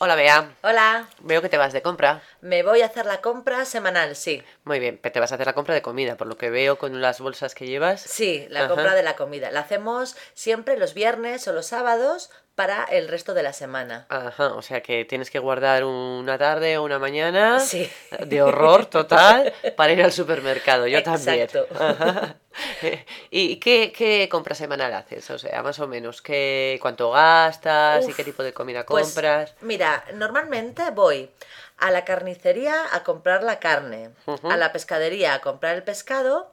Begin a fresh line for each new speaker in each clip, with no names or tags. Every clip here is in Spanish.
Hola Bea,
Hola,
veo que te vas de compra.
me voy a hacer la compra semanal, sí.
Muy bien, pero te vas a hacer la compra de comida, por lo que veo con las bolsas que llevas.
Sí, la
Ajá.
compra de la comida. La hacemos siempre los viernes o los sábados para el resto de la semana.
Ajá, o sea que tienes que guardar una tarde o una mañana eh,
Sí.
de horror total para ir al supermercado. Yo
Exacto.
también. Ajá. ¿Y qué, qué compra semanal haces? O sea, más o menos, ¿qué, ¿cuánto gastas y
Uf,
qué tipo de comida
Pues,
compras?
mira, normalmente voy a la carnicería a comprar la carne,
Ujú.
a la pescadería a comprar el pescado,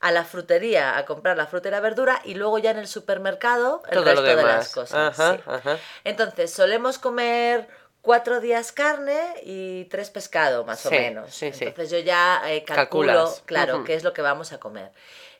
a la frutería a comprar la fruta y la verdura y luego ya en el supermercado el
Todo
resto
lo demás.
de las cosas.
Ajá,
sí.
ajá.
Entonces, solemos comer cuatro días carne y tres pescado, más o
Sí,
menos.
sí, sí.
Entonces yo ya eh, calculo,
Calculas.
claro,
Ujú.
qué es lo que vamos a comer.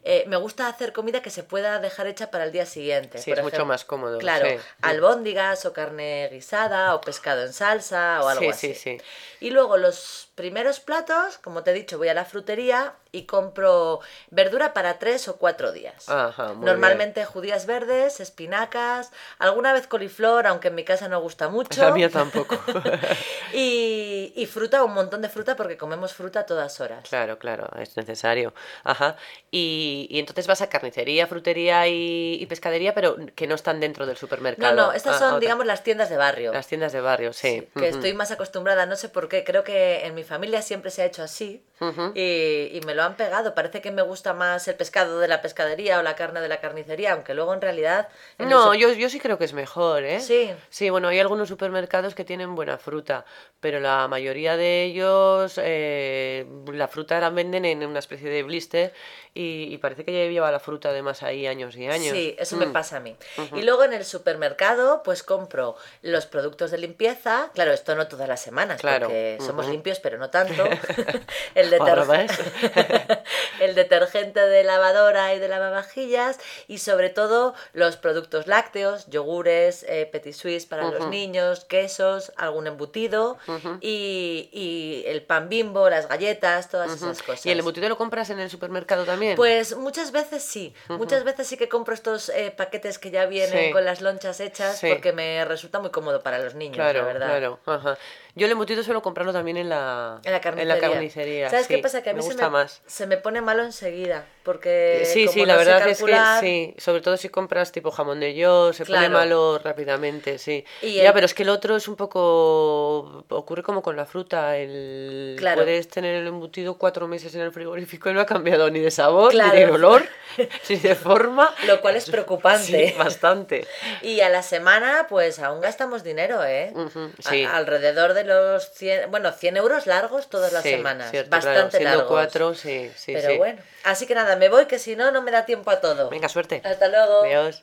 Eh, me gusta hacer comida que se pueda dejar hecha para el día siguiente.
Sí,
por
es mucho
ejemplo.
más cómodo.
Claro,
sí.
albóndigas o carne guisada o pescado en salsa o algo
Sí,
así.
sí, sí.
Y luego los primeros platos, como te he dicho, voy a la frutería y compro verdura para tres o cuatro días.
Ajá, muy bien.
Normalmente judías verdes, espinacas, alguna vez coliflor, aunque en mi casa no gusta mucho.
La mía tampoco.
Y, y fruta, un montón de fruta, porque comemos fruta a todas horas.
Claro, claro, es necesario. Ajá. Y, y entonces vas a carnicería, frutería y, y pescadería, pero que no están dentro del
No,
supermercado.
no, estas
Ah,
son,
otra-
digamos, las tiendas de barrio.
las tiendas de barrio, sí.
Que
Ujú.
estoy más acostumbrada, no sé por qué, creo que en mi familia siempre se ha hecho así
Ujú.
y, y me lo han pegado. Parece que me gusta más el pescado de la pescadería o la carne de la carnicería, aunque luego en realidad... en el
No,
sup-
yo, yo sí creo que es mejor, ¿eh?
Sí.
Sí, bueno, hay algunos supermercados que tienen buena fruta, pero la mayoría de ellos eh, la fruta la venden en una especie de blister y, y parece que ya lleva la fruta además ahí años y años.
Sí, eso me
Mm.
pasa a mí. Y luego en el supermercado, pues compro los productos de limpieza. Claro, esto no todas las semanas,
Claro,
porque
ujú.
somos limpios, pero no tanto. el, deter-
Ahora ves.
el detergente de lavadora y de lavavajillas. Y sobre todo los productos lácteos, yogures, eh, petit suisse para los
Ujú.
niños, quesos, algún embutido.
Ujú.
y, y el pan bimbo, las galletas, todas
Ujú.
esas cosas.
¿Y el embutido lo compras en el supermercado también?
Pues muchas veces sí, muchas veces sí que compro estos eh, paquetes que ya vienen
Sí.
con las lonchas hechas
Sí.
porque me resulta muy cómodo para los niños,
Claro,
la verdad.
claro. ajá. Yo el embutido suelo comprarlo también en la,
En la carnicería.
carnicería,
¿Sabes qué
sí.
pasa? Que a mí
me
se,
gusta
me,
más. Eh,
se me pone malo enseguida porque...
sí,
como
sí, la
no sé
verdad
calcular-
es que sí, sobre todo si compras tipo jamón de yo, se pone
Claro.
malo rápidamente, sí.
Y
ya,
el-
pero es que el otro es un poco ocurre como con la fruta, el
Claro.
puedes tener el embutido cuatro meses en el frigorífico y no ha cambiado ni de sabor, ni de
Claro.
olor, ni de forma.
Lo cual es preocupante.
Sí, bastante.
Y a la semana, pues aún gastamos dinero, ¿eh?
Ujú,
A-
sí.
alrededor de los 100, bueno, 100 euros largos todas las
Sí,
semanas.
cierto, claro,
bastante
siendo
largos.
cuatro, sí, sí,
pero
sí.
bueno, así que nada, me voy que si no, no me da tiempo a todo.
Venga, suerte.
Hasta luego.
Adiós.